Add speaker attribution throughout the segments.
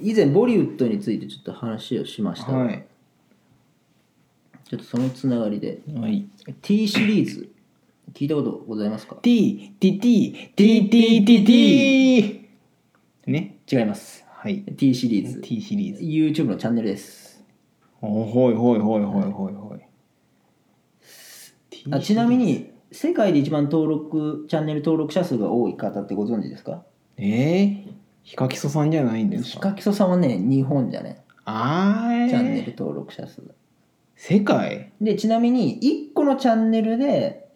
Speaker 1: 以前ボリウッドについてちょっと話をしました、
Speaker 2: はい
Speaker 1: ちょっとそのつながりで
Speaker 2: はい。
Speaker 1: T シリーズ聞いたことございますか
Speaker 2: T T T T T T T ね。
Speaker 1: 違います
Speaker 2: はい。
Speaker 1: T シリーズ
Speaker 2: T シリーズ。
Speaker 1: YouTube のチャンネルです
Speaker 2: おほいほいほいほいほいほい。T
Speaker 1: あちなみに世界で一番登録チャンネル登録者数が多い方ってご存知ですか
Speaker 2: シリーズ。えー、ヒカキソさんじゃないんです
Speaker 1: ヒ
Speaker 2: か。
Speaker 1: カキソさんはね日本じゃね
Speaker 2: あーえー。
Speaker 1: チャンネル登録者数
Speaker 2: 世界。
Speaker 1: でちなみに1個のチャンネルで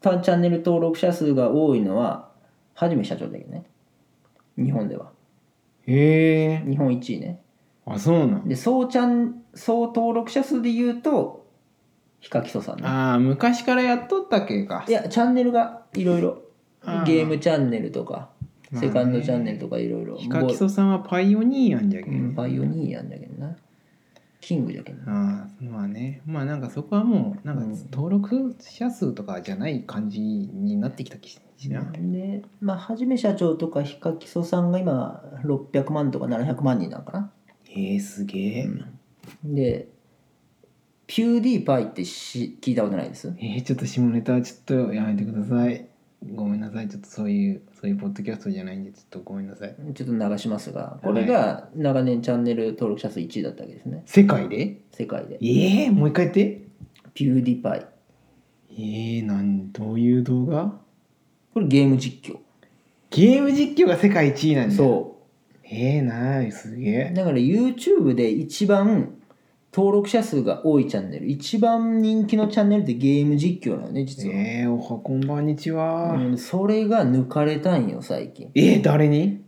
Speaker 1: たチャンネル登録者数が多いのははじめ社長だけどね日本では
Speaker 2: へえ。
Speaker 1: 日本1位ね
Speaker 2: あそうなん。
Speaker 1: で総チャン総登録者数で言うとヒカキソさんね
Speaker 2: ああ昔からやっとったっけか。
Speaker 1: いやチャンネルがいろいろ
Speaker 2: あー
Speaker 1: ゲームチャンネルとか
Speaker 2: まあね
Speaker 1: セカンドチャンネルとかいろいろ
Speaker 2: ヒカキソさんはパイオニーやんじゃけ
Speaker 1: うん
Speaker 2: ん。
Speaker 1: バイオニーやんだけどな。キングじゃけんな。
Speaker 2: ああまあねまあなんかそこはもうなんか登録者数とかじゃない感じになってきた気しな、
Speaker 1: で、まあ、はじめ社長とかヒカキソさんが今、600万とか700万人なんかな。
Speaker 2: えー、すげえ、
Speaker 1: で、ピューディーパイってし聞いたことないです。
Speaker 2: えー、ちょっと下ネタはちょっとやめてくださいごめんなさいちょっとそういうそういうポッドキャストじゃないんでちょっとごめんなさい
Speaker 1: ちょっと流しますが、これが長年チャンネル登録者数1位だったわけですね。
Speaker 2: 世界で
Speaker 1: 世界で。
Speaker 2: ええー、もう一回言って
Speaker 1: ピューディーパイ。
Speaker 2: えー、なんどういう動画
Speaker 1: これゲーム実況。
Speaker 2: ゲーム実況が世界一位なんだ
Speaker 1: そ
Speaker 2: えー、なーいすげ
Speaker 1: う。
Speaker 2: え
Speaker 1: だから YouTube で一番登録者数が多いチャンネル、一番人気のチャンネルってゲーム実況なのね、実は。
Speaker 2: えー、おはこんばんにちは、
Speaker 1: うん、それが抜かれたんよ最近
Speaker 2: えー、誰に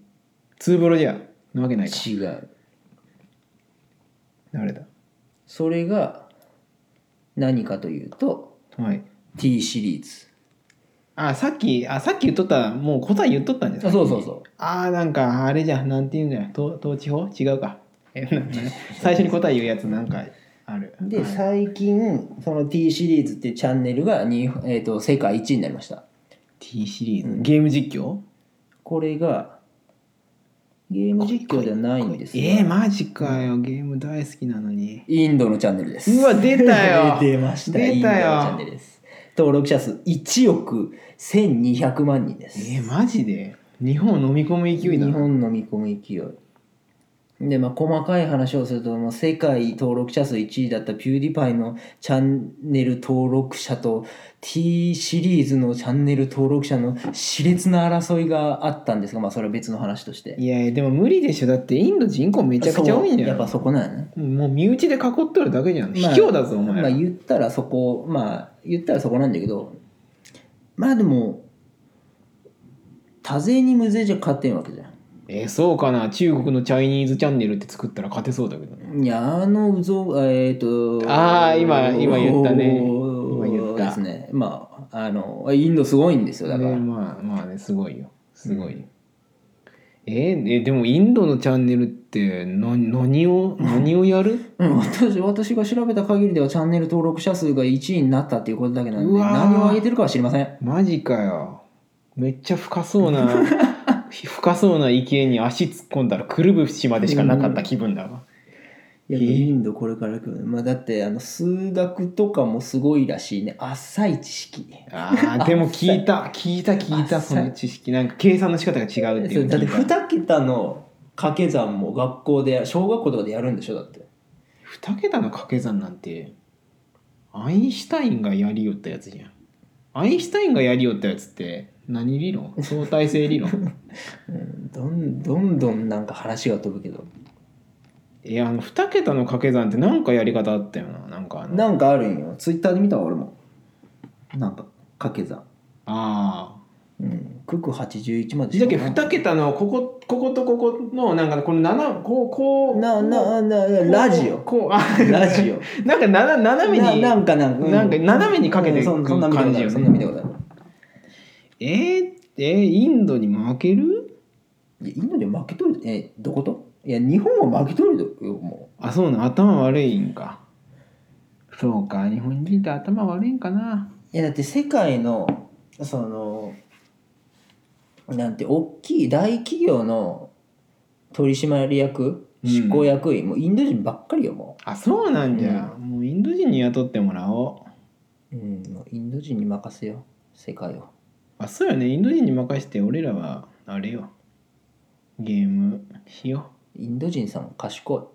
Speaker 2: ツーブロじゃなわけないか
Speaker 1: 違う
Speaker 2: 誰だ
Speaker 1: それが何かというと
Speaker 2: はい。
Speaker 1: T シリーズ
Speaker 2: あ、さっき、あ、さっき言っとった、もう答え言っとったんです。
Speaker 1: あそうそうそう
Speaker 2: あー、なんか、あれじゃん、なんていうんだよ、統統治法違うか。え、なな 最初に答え言うやつ、なんか、ある。
Speaker 1: うで
Speaker 2: はい
Speaker 1: 最近その T シリーズっていうチャンネルがに、えー、と世界一位になりました
Speaker 2: T シリーズ、ゲーム実況
Speaker 1: これがゲーム実況ではないんですが
Speaker 2: えー、マジかよ、ゲーム大好きなのに。
Speaker 1: インドのチャンネルです
Speaker 2: うわ出た よ
Speaker 1: 出ました
Speaker 2: 出たよ
Speaker 1: インドのチャンネルです登録者数1億1200万人です
Speaker 2: えー、マジで日本を飲み込む勢いだ
Speaker 1: 日
Speaker 2: な。
Speaker 1: 本の見込む勢いでまあ細かい話をすると、まあ、世界登録者数1位だったピューディパイのチャンネル登録者と T シリーズのチャンネル登録者の熾烈な争いがあったんですがまあそれは別の話として
Speaker 2: いやいや、でも無理でしょ。だって、インド人口めちゃくちゃ多いんじ
Speaker 1: そうや
Speaker 2: ゃ
Speaker 1: っ
Speaker 2: な
Speaker 1: ぱ
Speaker 2: い
Speaker 1: そこなんやね
Speaker 2: もう身内で囲っとるだけじゃん。卑
Speaker 1: まあ
Speaker 2: 怯だぞ、お前
Speaker 1: ま
Speaker 2: ら。
Speaker 1: あ言ったらそこまあ言ったらそこなんだけどまあでも多勢に無勢じゃ勝てんわけじゃん
Speaker 2: えーそうかな中国のチャイニーズチャンネルって作ったら勝てそうだけどね
Speaker 1: いやあのうぞえっ、と
Speaker 2: あー今今言ったね
Speaker 1: おー
Speaker 2: 今言った
Speaker 1: ですねまああのインドすごいんですよだから、
Speaker 2: ねまあまあねすごいよすごいよ、えーえでもインドのチャンネルってな何を何をや る
Speaker 1: うん私私が調べた限りではチャンネル登録者数が1位になったっていうことだけなん
Speaker 2: う
Speaker 1: で
Speaker 2: わー
Speaker 1: 何を上げてるかは知りません
Speaker 2: マジかよめっちゃ深そう な深そうな池に足突っ込んだらくるぶしまでしかなかった気分だわ、
Speaker 1: いや
Speaker 2: へえ
Speaker 1: インドこれから来る、まあ、だってあの数学とかもすごいらしいね浅い知識
Speaker 2: あーでも聞い た聞いた聞いた
Speaker 1: あっ
Speaker 2: そ
Speaker 1: さい
Speaker 2: の知識なんか計算の仕方が違うってい
Speaker 1: そううだって
Speaker 2: 2
Speaker 1: 2桁の掛け算も学校で小学校とかでやるんでしょだって
Speaker 2: 桁の掛け算なんてアインシュタインがやりよったやつじゃんアインシュタインがやりよったやつって何理論相対性理 論
Speaker 1: どんどんどんなんか話が飛ぶけど
Speaker 2: いやあの2桁の掛け算ってなんかやり方あったよななんかあの
Speaker 1: なんかあるんよ。ツイッターで見たわ、俺も。なんか、掛け算。
Speaker 2: ああ
Speaker 1: うん。九九八十一まで
Speaker 2: じゃけ
Speaker 1: な
Speaker 2: 2桁のこここことここのなんかこの7こうこう
Speaker 1: な、な、な、
Speaker 2: こう
Speaker 1: ラジオ。
Speaker 2: こうあ
Speaker 1: ラジオ。
Speaker 2: なんか斜斜めに
Speaker 1: ななんかなんか、う
Speaker 2: なんか斜めにかけて
Speaker 1: うんそんそんな見たこと
Speaker 2: 感
Speaker 1: あ
Speaker 2: じ
Speaker 1: る。
Speaker 2: よ
Speaker 1: そんな見たことある。
Speaker 2: えー、えーインドに負ける
Speaker 1: いや、インドで負けとる。え、どこといや、日本は負けとるよ、も
Speaker 2: あそうなん頭悪いんかそうか日本人って頭悪いんかな
Speaker 1: う。いや、だって世界の、その、なんて、大きい大企業の取締役
Speaker 2: うん
Speaker 1: 執行役員、もうインド人ばっかりよも
Speaker 2: あそうなんじゃ、もうインド人に雇ってもらおう
Speaker 1: う,、うん、もうインド人に任せよう世界を
Speaker 2: あそうよねインド人に任せて俺らはあれよゲームしよ
Speaker 1: インド人さんは賢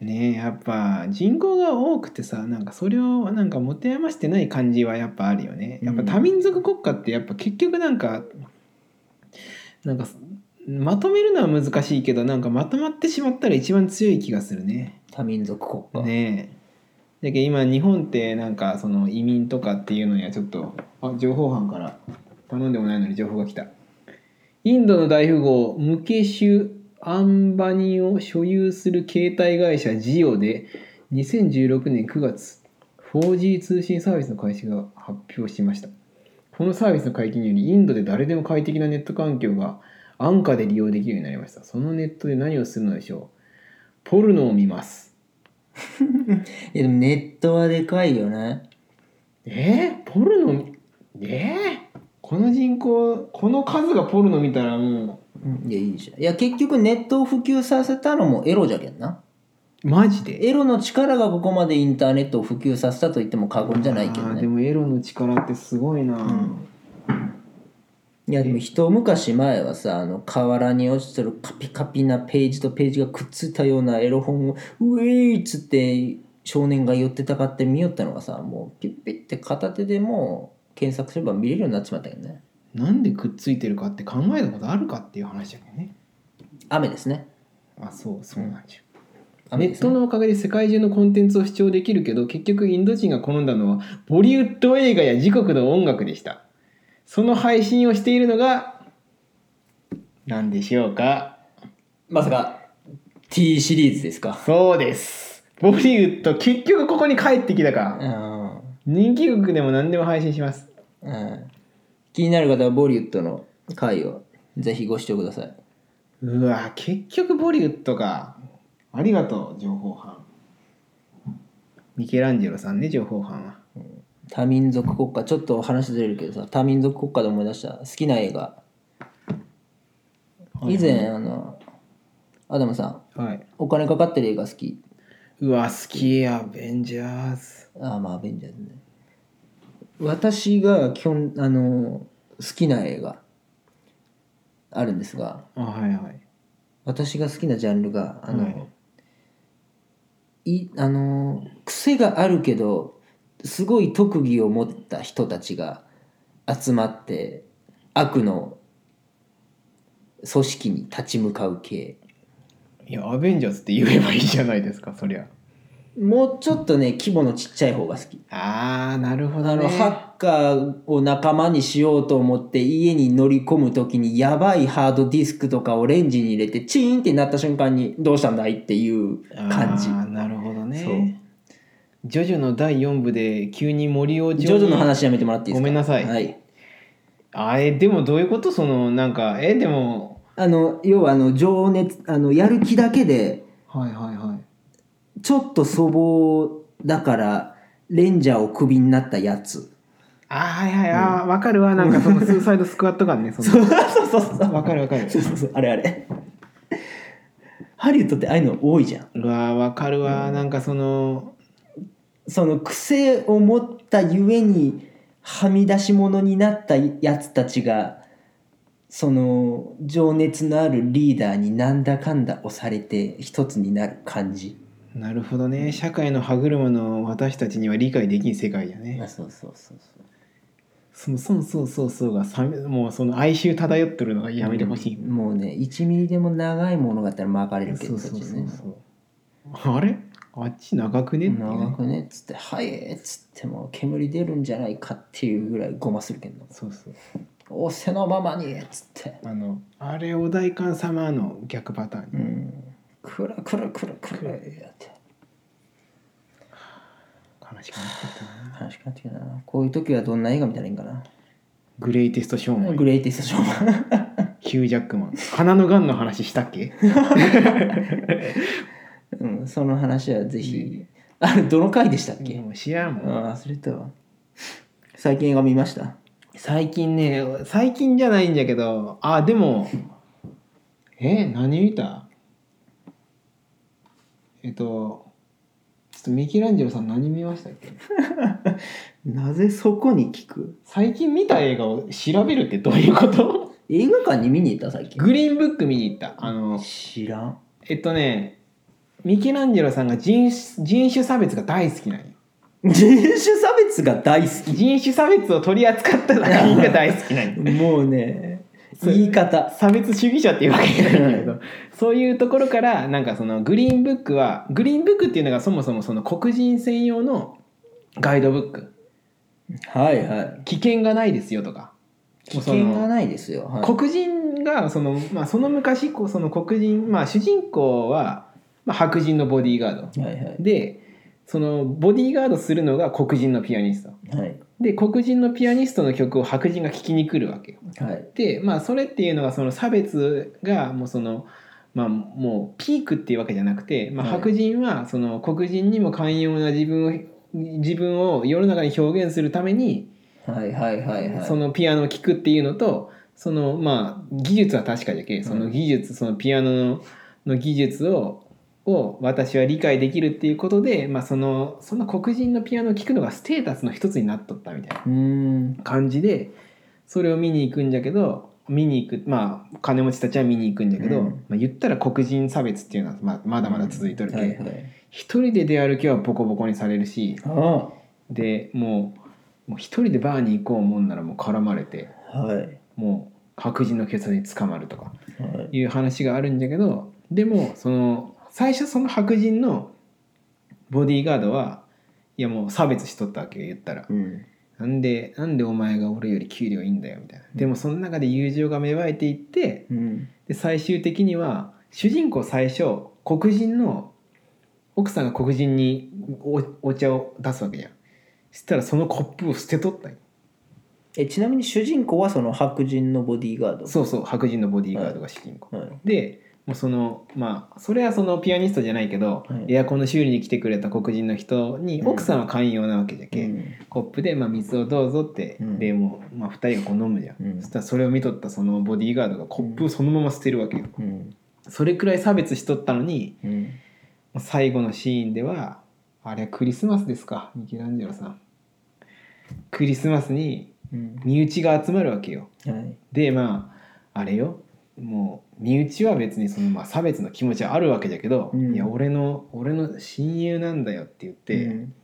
Speaker 2: うねえやっぱ人口が多くてさなんかそれをなんか持て余してない感じはやっぱあるよねやっぱ多民族国家ってやっぱ結局なんか、なんかまとめるのは難しいけどなんかまとまってしまったら一番強い気がするね
Speaker 1: い多民族国家、
Speaker 2: ねえだけど今日本ってなんかその移民とかっていうのにはちょっとあ情報班から頼んでもないのに情報が来たインドの大富豪ムケシュ・アンバニを所有する携帯会社ジオで2016年9月 4G 通信サービスの開始が発表しましたこのサービスの解禁によりインドで誰でも快適なネット環境が安価で利用できるようになりましたそのネットで何をするのでしょうポルノを見ます
Speaker 1: いやでもネットはでかいよね
Speaker 2: えー、ポルノえー、この人口この数がポルノ見たらも
Speaker 1: いやいいじゃんいや結局ネットを普及させたのもエロじゃけんな
Speaker 2: うマジで
Speaker 1: エロの力がここまでインターネットを普及させたと言っても過言じゃないけど
Speaker 2: あーで
Speaker 1: ね
Speaker 2: もエロの力ってすごいな、
Speaker 1: んいやでも一昔前はさあの河原に落ちてるカピカピなページとページがくっついたようなエロ本をうえいっつって少年が寄ってたかって見よったのがさもうピッピッて片手でもう検索すれば見れるようになっちまったけどね
Speaker 2: なんでくっついてるかって考えたことあるかっていう話だけどね
Speaker 1: 雨ですね
Speaker 2: あそうそうなんじゃ、ネ
Speaker 1: 雨で
Speaker 2: ッ
Speaker 1: すね
Speaker 2: トのおかげで世界中のコンテンツを視聴できるけど結局インド人が好んだのはボリウッド映画や自国の音楽でしたその配信をしているのが何でしょうか
Speaker 1: まさか T シリーズですか
Speaker 2: そうです。ボリウッド、結局ここに帰ってきた
Speaker 1: う
Speaker 2: か。
Speaker 1: ん
Speaker 2: 人気国でも何でも配信します。
Speaker 1: うん気になる方はボリウッドの回をぜひご視聴ください。
Speaker 2: うわ、結局ボリウッドか。ありがとう、情報班。ミケランジェロさんね、情報班は。
Speaker 1: 多民族国家ちょっと話ずれるけどさ多民族国家で思い出した好きな映画以前あのアダムさん
Speaker 2: はい。
Speaker 1: お金かかってる映画好き
Speaker 2: うわ、好きや、アベンジャーズ。
Speaker 1: ああまあアベンジャーズね私が基本あの好きな映画あるんですが
Speaker 2: あ、はいはい。
Speaker 1: 私が好きなジャンルがあの、
Speaker 2: はい
Speaker 1: いあのー癖があるけどすごい特技を持った人たちが集まって悪の組織に立ち向かう系
Speaker 2: いや、アベンジャーズって言えばいいじゃないですか、そりゃ。
Speaker 1: もうちょっとね規模のちっちゃい方が好き
Speaker 2: あー、なるほ
Speaker 1: あ
Speaker 2: ど
Speaker 1: の
Speaker 2: ね。
Speaker 1: ハッカーを仲間にしようと思って家に乗り込む時にやばいハードディスクとかをレンジに入れてチーンってなった瞬間にどうしたんだいっていう感じ
Speaker 2: あーなるほど
Speaker 1: そう
Speaker 2: ね。ジョジョの第4部で急に森を
Speaker 1: ジョジョの話やめてもらっていいですか
Speaker 2: ごめんなさい
Speaker 1: はい
Speaker 2: あえでもどういうことそのなんかえでも
Speaker 1: あの要はあの情熱あのやる気だけで
Speaker 2: はいはいはい
Speaker 1: ちょっと粗暴だからレンジャーをクビになったやつ
Speaker 2: あはいはいあーわかるわなんか そのスーサイドスクワット感ねその
Speaker 1: そうそうそう
Speaker 2: わかるわかる
Speaker 1: そうそう そうあれあれハリウッドってああいうの多いじゃん
Speaker 2: うわーわかるわなんかその
Speaker 1: その癖を持ったゆえにはみ出し者になったやつたちがその情熱のあるリーダーになんだかんだ押されて一つになる感じ
Speaker 2: なるほどね社会の歯車の私たちには理解できん世界だね
Speaker 1: そうそうそうそう
Speaker 2: そのそうそうそうそうがさもうその哀愁漂ってるのがやめてほしい、
Speaker 1: うんもうね1ミリでも長いものがあったら巻かれるけ
Speaker 2: そ
Speaker 1: ど
Speaker 2: うそうそ
Speaker 1: たち
Speaker 2: う
Speaker 1: ね
Speaker 2: そうあれあっち長くねっていうね
Speaker 1: 長くねっつって「はい」っつってもう煙出るんじゃないかっていうぐらいごまするけど
Speaker 2: そうそう
Speaker 1: 「お背のままに」っつって
Speaker 2: あのあれお代官様の逆パターン
Speaker 1: 「うんくらくらくらくら」って
Speaker 2: 悲しくなってきたな
Speaker 1: 悲しくなってきたなこういう時はどんな映画見たらいいんかな
Speaker 2: グレイテストショーマン
Speaker 1: グレイティストショー マン
Speaker 2: ヒュージャックマン鼻のがんの話したっけ
Speaker 1: うんその話はぜひあれどの回でしたっ
Speaker 2: いや
Speaker 1: け
Speaker 2: もう知らん
Speaker 1: あ
Speaker 2: もん
Speaker 1: 忘れたわ最近映画見ました
Speaker 2: 最近ね最近じゃないんだけどあでもえ何見たえっとちょっとミキランジェロさん何見ましたっけ
Speaker 1: なぜそこに聞く
Speaker 2: 最近見た映画を調べるってどういうこと
Speaker 1: 映画館に見に行った最近
Speaker 2: グリーンブック見に行ったあの
Speaker 1: 知らん
Speaker 2: えっとねミキランジェロさんが人種人種差別が大好きなんよ
Speaker 1: 人種差別が大好き
Speaker 2: 人種差別を取り扱った作品が大好きなんよ
Speaker 1: もうね
Speaker 2: そう
Speaker 1: 言い方
Speaker 2: 差別主義者っていうわけじゃないんだけどそういうところからなんかそのグリーンブックはグリーンブックっていうのがそもそもその黒人専用のガイドブック
Speaker 1: はいはい
Speaker 2: 危険がないですよとか
Speaker 1: 危
Speaker 2: もうその
Speaker 1: 険がないですよ、はい、
Speaker 2: 黒人がその,、まあ、その昔こうその黒人、まあ、主人公は、まあ、白人のボディーガード
Speaker 1: はいはい
Speaker 2: でそのボディーガードするのが黒人のピアニスト
Speaker 1: はい
Speaker 2: で黒人のピアニストの曲を白人が聴きに来るわけよ
Speaker 1: はい
Speaker 2: でまあそれっていうのがその差別がもうそのまあもうピークっていうわけじゃなくて、まあ、
Speaker 1: はい
Speaker 2: 白人はその黒人にも寛容な自分を自分を世の中に表現するために
Speaker 1: はいはいはいはい
Speaker 2: そのピアノを聴くっていうのとそのまあ技術は確かじゃけその技術そのピアノのの技術をを私は理解できるっていうことで、まあ、そのその黒人のピアノを聴くのがステータスの一つになっとったみたいな。
Speaker 1: うーん
Speaker 2: 感じでそれを見に行くんじゃけど見に行くまあ金持ちたちは見に行くんじゃけど、
Speaker 1: うん
Speaker 2: まあ、言ったら黒人差別っていうのはまあまだまだ続いとるけ、
Speaker 1: はいはい
Speaker 2: 一人で出歩きはボコボコにされるし
Speaker 1: あ
Speaker 2: でもうもう一人でバーに行こうもんならもう絡まれて
Speaker 1: あはい
Speaker 2: もう白人の警察に捕まるとか
Speaker 1: はい
Speaker 2: いう話があるんじゃけどでもその最初その白人のボディーガードはいやもう差別しとったわけよ言ったら。
Speaker 1: うん
Speaker 2: なんでなんでお前が俺より給料いいんだよみたいなでもその中で友情が芽生えていって
Speaker 1: うん
Speaker 2: で最終的には主人公最初黒人の奥さんが黒人におお茶を出すわけじゃんそしたらそのコップを捨てとったんよ
Speaker 1: えちなみに主人公はその白人のボディーガード
Speaker 2: そうそう白人のボディーガードが主人公、
Speaker 1: はい
Speaker 2: でもうそのまあそれはそのピアニストじゃないけど、
Speaker 1: はい
Speaker 2: エアコンの修理に来てくれた黒人の人に
Speaker 1: うん
Speaker 2: 奥さんは寛容なわけじゃけ、
Speaker 1: うん
Speaker 2: コップで、まあ、水をどうぞって、
Speaker 1: うん
Speaker 2: でもう、まあ、2人がこう飲むじゃん、
Speaker 1: うん
Speaker 2: そしたらそれを見とったそのボディーガードがコップをそのまま捨てるわけよ、
Speaker 1: うん
Speaker 2: それくらい差別しとったのに
Speaker 1: うん
Speaker 2: もう最後のシーンではあれはクリスマスですかミケランジェロさんクリスマスに
Speaker 1: うん
Speaker 2: 身内が集まるわけよ
Speaker 1: はい
Speaker 2: でまああれよもう身内は別にその、まあ、差別の気持ちはあるわけだけど、
Speaker 1: うん
Speaker 2: いや俺の俺の親友なんだよって言って、
Speaker 1: うん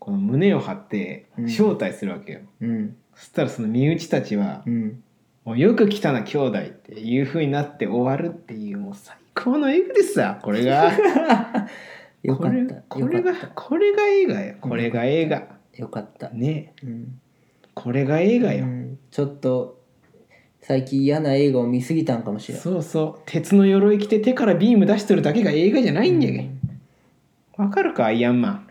Speaker 2: この胸を張って
Speaker 1: うん
Speaker 2: 招待するわけよ、
Speaker 1: うん
Speaker 2: そしたらその身内たちは
Speaker 1: うん
Speaker 2: 「もうよく来たな兄弟」っていう風になって終わるっていうもう最高の映画ですわこれが
Speaker 1: よかった
Speaker 2: これこれ
Speaker 1: よか
Speaker 2: が
Speaker 1: った
Speaker 2: これが映画よこれが映画
Speaker 1: よかった
Speaker 2: ね
Speaker 1: うん
Speaker 2: これが映画
Speaker 1: う
Speaker 2: よ、
Speaker 1: んちょっと最近嫌な映画を見すぎたんかもしれない
Speaker 2: そうそう鉄の鎧着て手からビーム出しとるだけが映画じゃないんやけわかるかアイアンマン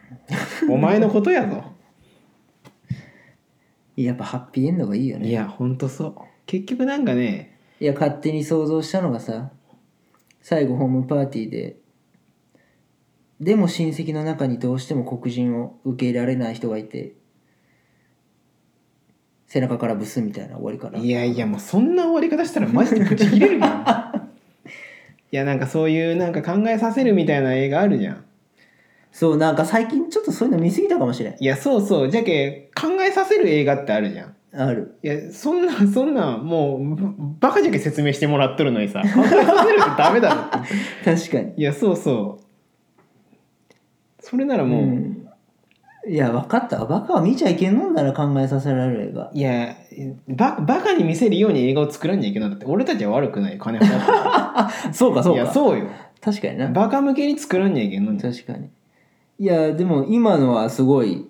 Speaker 2: お前のことやぞ
Speaker 1: やっぱハッピーエンドがい いよね
Speaker 2: いやほんとそう結局なんかね
Speaker 1: いや勝手に想像したのがさ最後ホームパーティーででも親戚の中にどうしても黒人を受け入れられない人がいて背中からブスみたいな終わりから
Speaker 2: いやいやもうそんな終わり方したらマジでブチ切れ るよいやなんかそういうなんか考えさせるみたいな映画あるじゃん
Speaker 1: そうなんか最近ちょっとそういうの見すぎたかもしれん
Speaker 2: いやそうそうじゃけ考えさせる映画ってあるじゃん
Speaker 1: ある
Speaker 2: いやそんな そんなもうバカじゃけ説明してもらっとるのにさ考えさせるってダメだろ
Speaker 1: 確かに
Speaker 2: いやそうそうそれならもう、
Speaker 1: んいや分かったわバカは見ちゃいけんのんなら考えさせられる映画
Speaker 2: いやババカに見せるように映画を作らんじゃいけないんだって俺たちは悪くないよ金払って
Speaker 1: そう かそう
Speaker 2: い
Speaker 1: か
Speaker 2: やそうよ
Speaker 1: 確かにな
Speaker 2: バカ向けに作らんじゃいけんのに
Speaker 1: 確かにいやでも今のはすごい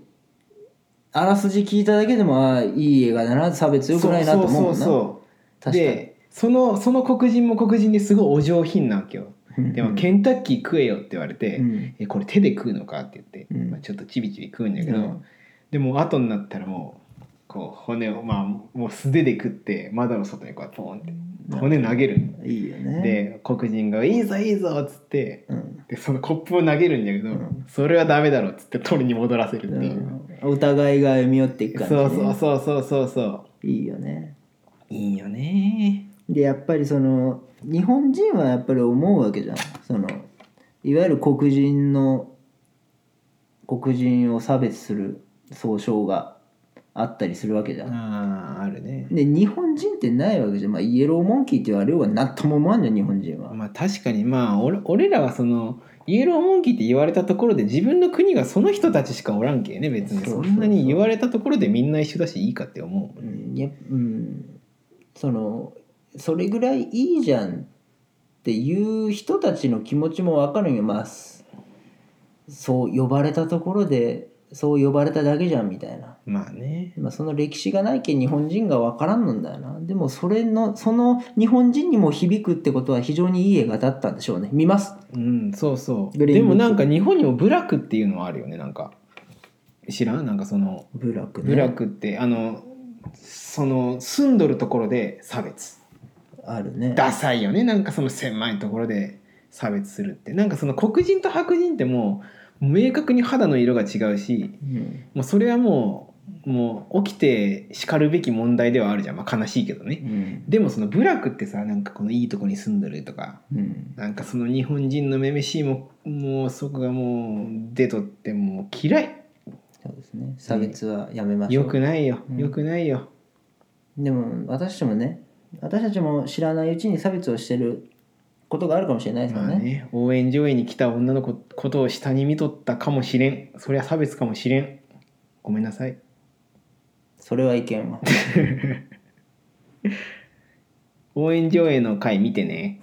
Speaker 1: あらすじ聞いただけでもああいい映画だな差別よくないなと思うもんな
Speaker 2: そうそうそうそう
Speaker 1: 確かに
Speaker 2: でそのその黒人も黒人ですごいお上品なわけよ
Speaker 1: うん
Speaker 2: でもケンタッキー食えよって言われて、
Speaker 1: うん
Speaker 2: えこれ手で食うのかって言って、
Speaker 1: うん
Speaker 2: まあ、ちょっとちびちび食うんだけど、
Speaker 1: うん
Speaker 2: でも後になったらもうこう骨をまあもう素手で食って窓の外にこうポーンって骨投げるの、
Speaker 1: いいよね
Speaker 2: で黒人が「いいぞいいぞ」っつって
Speaker 1: うん
Speaker 2: でそのコップを投げるんだけど、
Speaker 1: うん
Speaker 2: それはダメだろっつって取りに戻らせるっていう、
Speaker 1: お互いが歩み寄っていく感じ、
Speaker 2: そ
Speaker 1: ね、
Speaker 2: うそうそうそうそうそう
Speaker 1: いいよね
Speaker 2: いいよね
Speaker 1: でやっぱりその日本人はやっぱり思うわけじゃんそのいわゆる黒人の黒人を差別する総称があったりするわけじゃん。
Speaker 2: あああるね
Speaker 1: で日本人ってないわけじゃん、まあ、イエローモンキーって言われようが何とも思わんじゃん日本人は。
Speaker 2: まあ確かにまあ俺俺らはそのイエローモンキーって言われたところで自分の国がその人たちしかおらんけね別に
Speaker 1: そうそ
Speaker 2: そう
Speaker 1: そうん
Speaker 2: なに言われたところでみんな一緒だしいいかって思うもん
Speaker 1: うんやうん、そのそれぐらいいいじゃんっていう人たちの気持ちも分かるんよまあすそう呼ばれたところでそう呼ばれただけじゃんみたいな、
Speaker 2: まあね
Speaker 1: まあ、その歴史がないけん日本人が分からんのんだよなでもそれのその日本人にも響くってことは非常にいい映画だったんでしょうね見ます
Speaker 2: うんそうそう
Speaker 1: グリーン
Speaker 2: でもなんか日本にもブラックっていうのはあるよねなんか知らんなんかその
Speaker 1: ブラックね
Speaker 2: ブラックってあのその住んどるところで差別
Speaker 1: あるね
Speaker 2: ダサいよねなんかその狭いところで差別するってなんかその黒人と白人ってもう明確に肌の色が違うし
Speaker 1: うん
Speaker 2: もうそれはもうもう起きてしかるべき問題ではあるじゃん、まあ、悲しいけど
Speaker 1: う
Speaker 2: ね
Speaker 1: ん
Speaker 2: でもその部落ってさなんかこのいいとこに住んどるとか
Speaker 1: うん
Speaker 2: なんかその日本人のめめしいももうそこがもう出とってもう嫌い
Speaker 1: そうですね差別はやめましょう、
Speaker 2: よくないよ
Speaker 1: うん
Speaker 2: よくないよ、
Speaker 1: でも私たちもね私たちも知らないうちに差別をしてることがあるかもしれないですか
Speaker 2: まあ
Speaker 1: らね,、
Speaker 2: ね応援上映に来た女の子ことを下に見とったかもしれんそりゃ差別かもしれんごめんなさい
Speaker 1: それは意見は
Speaker 2: 応援上映の回見てね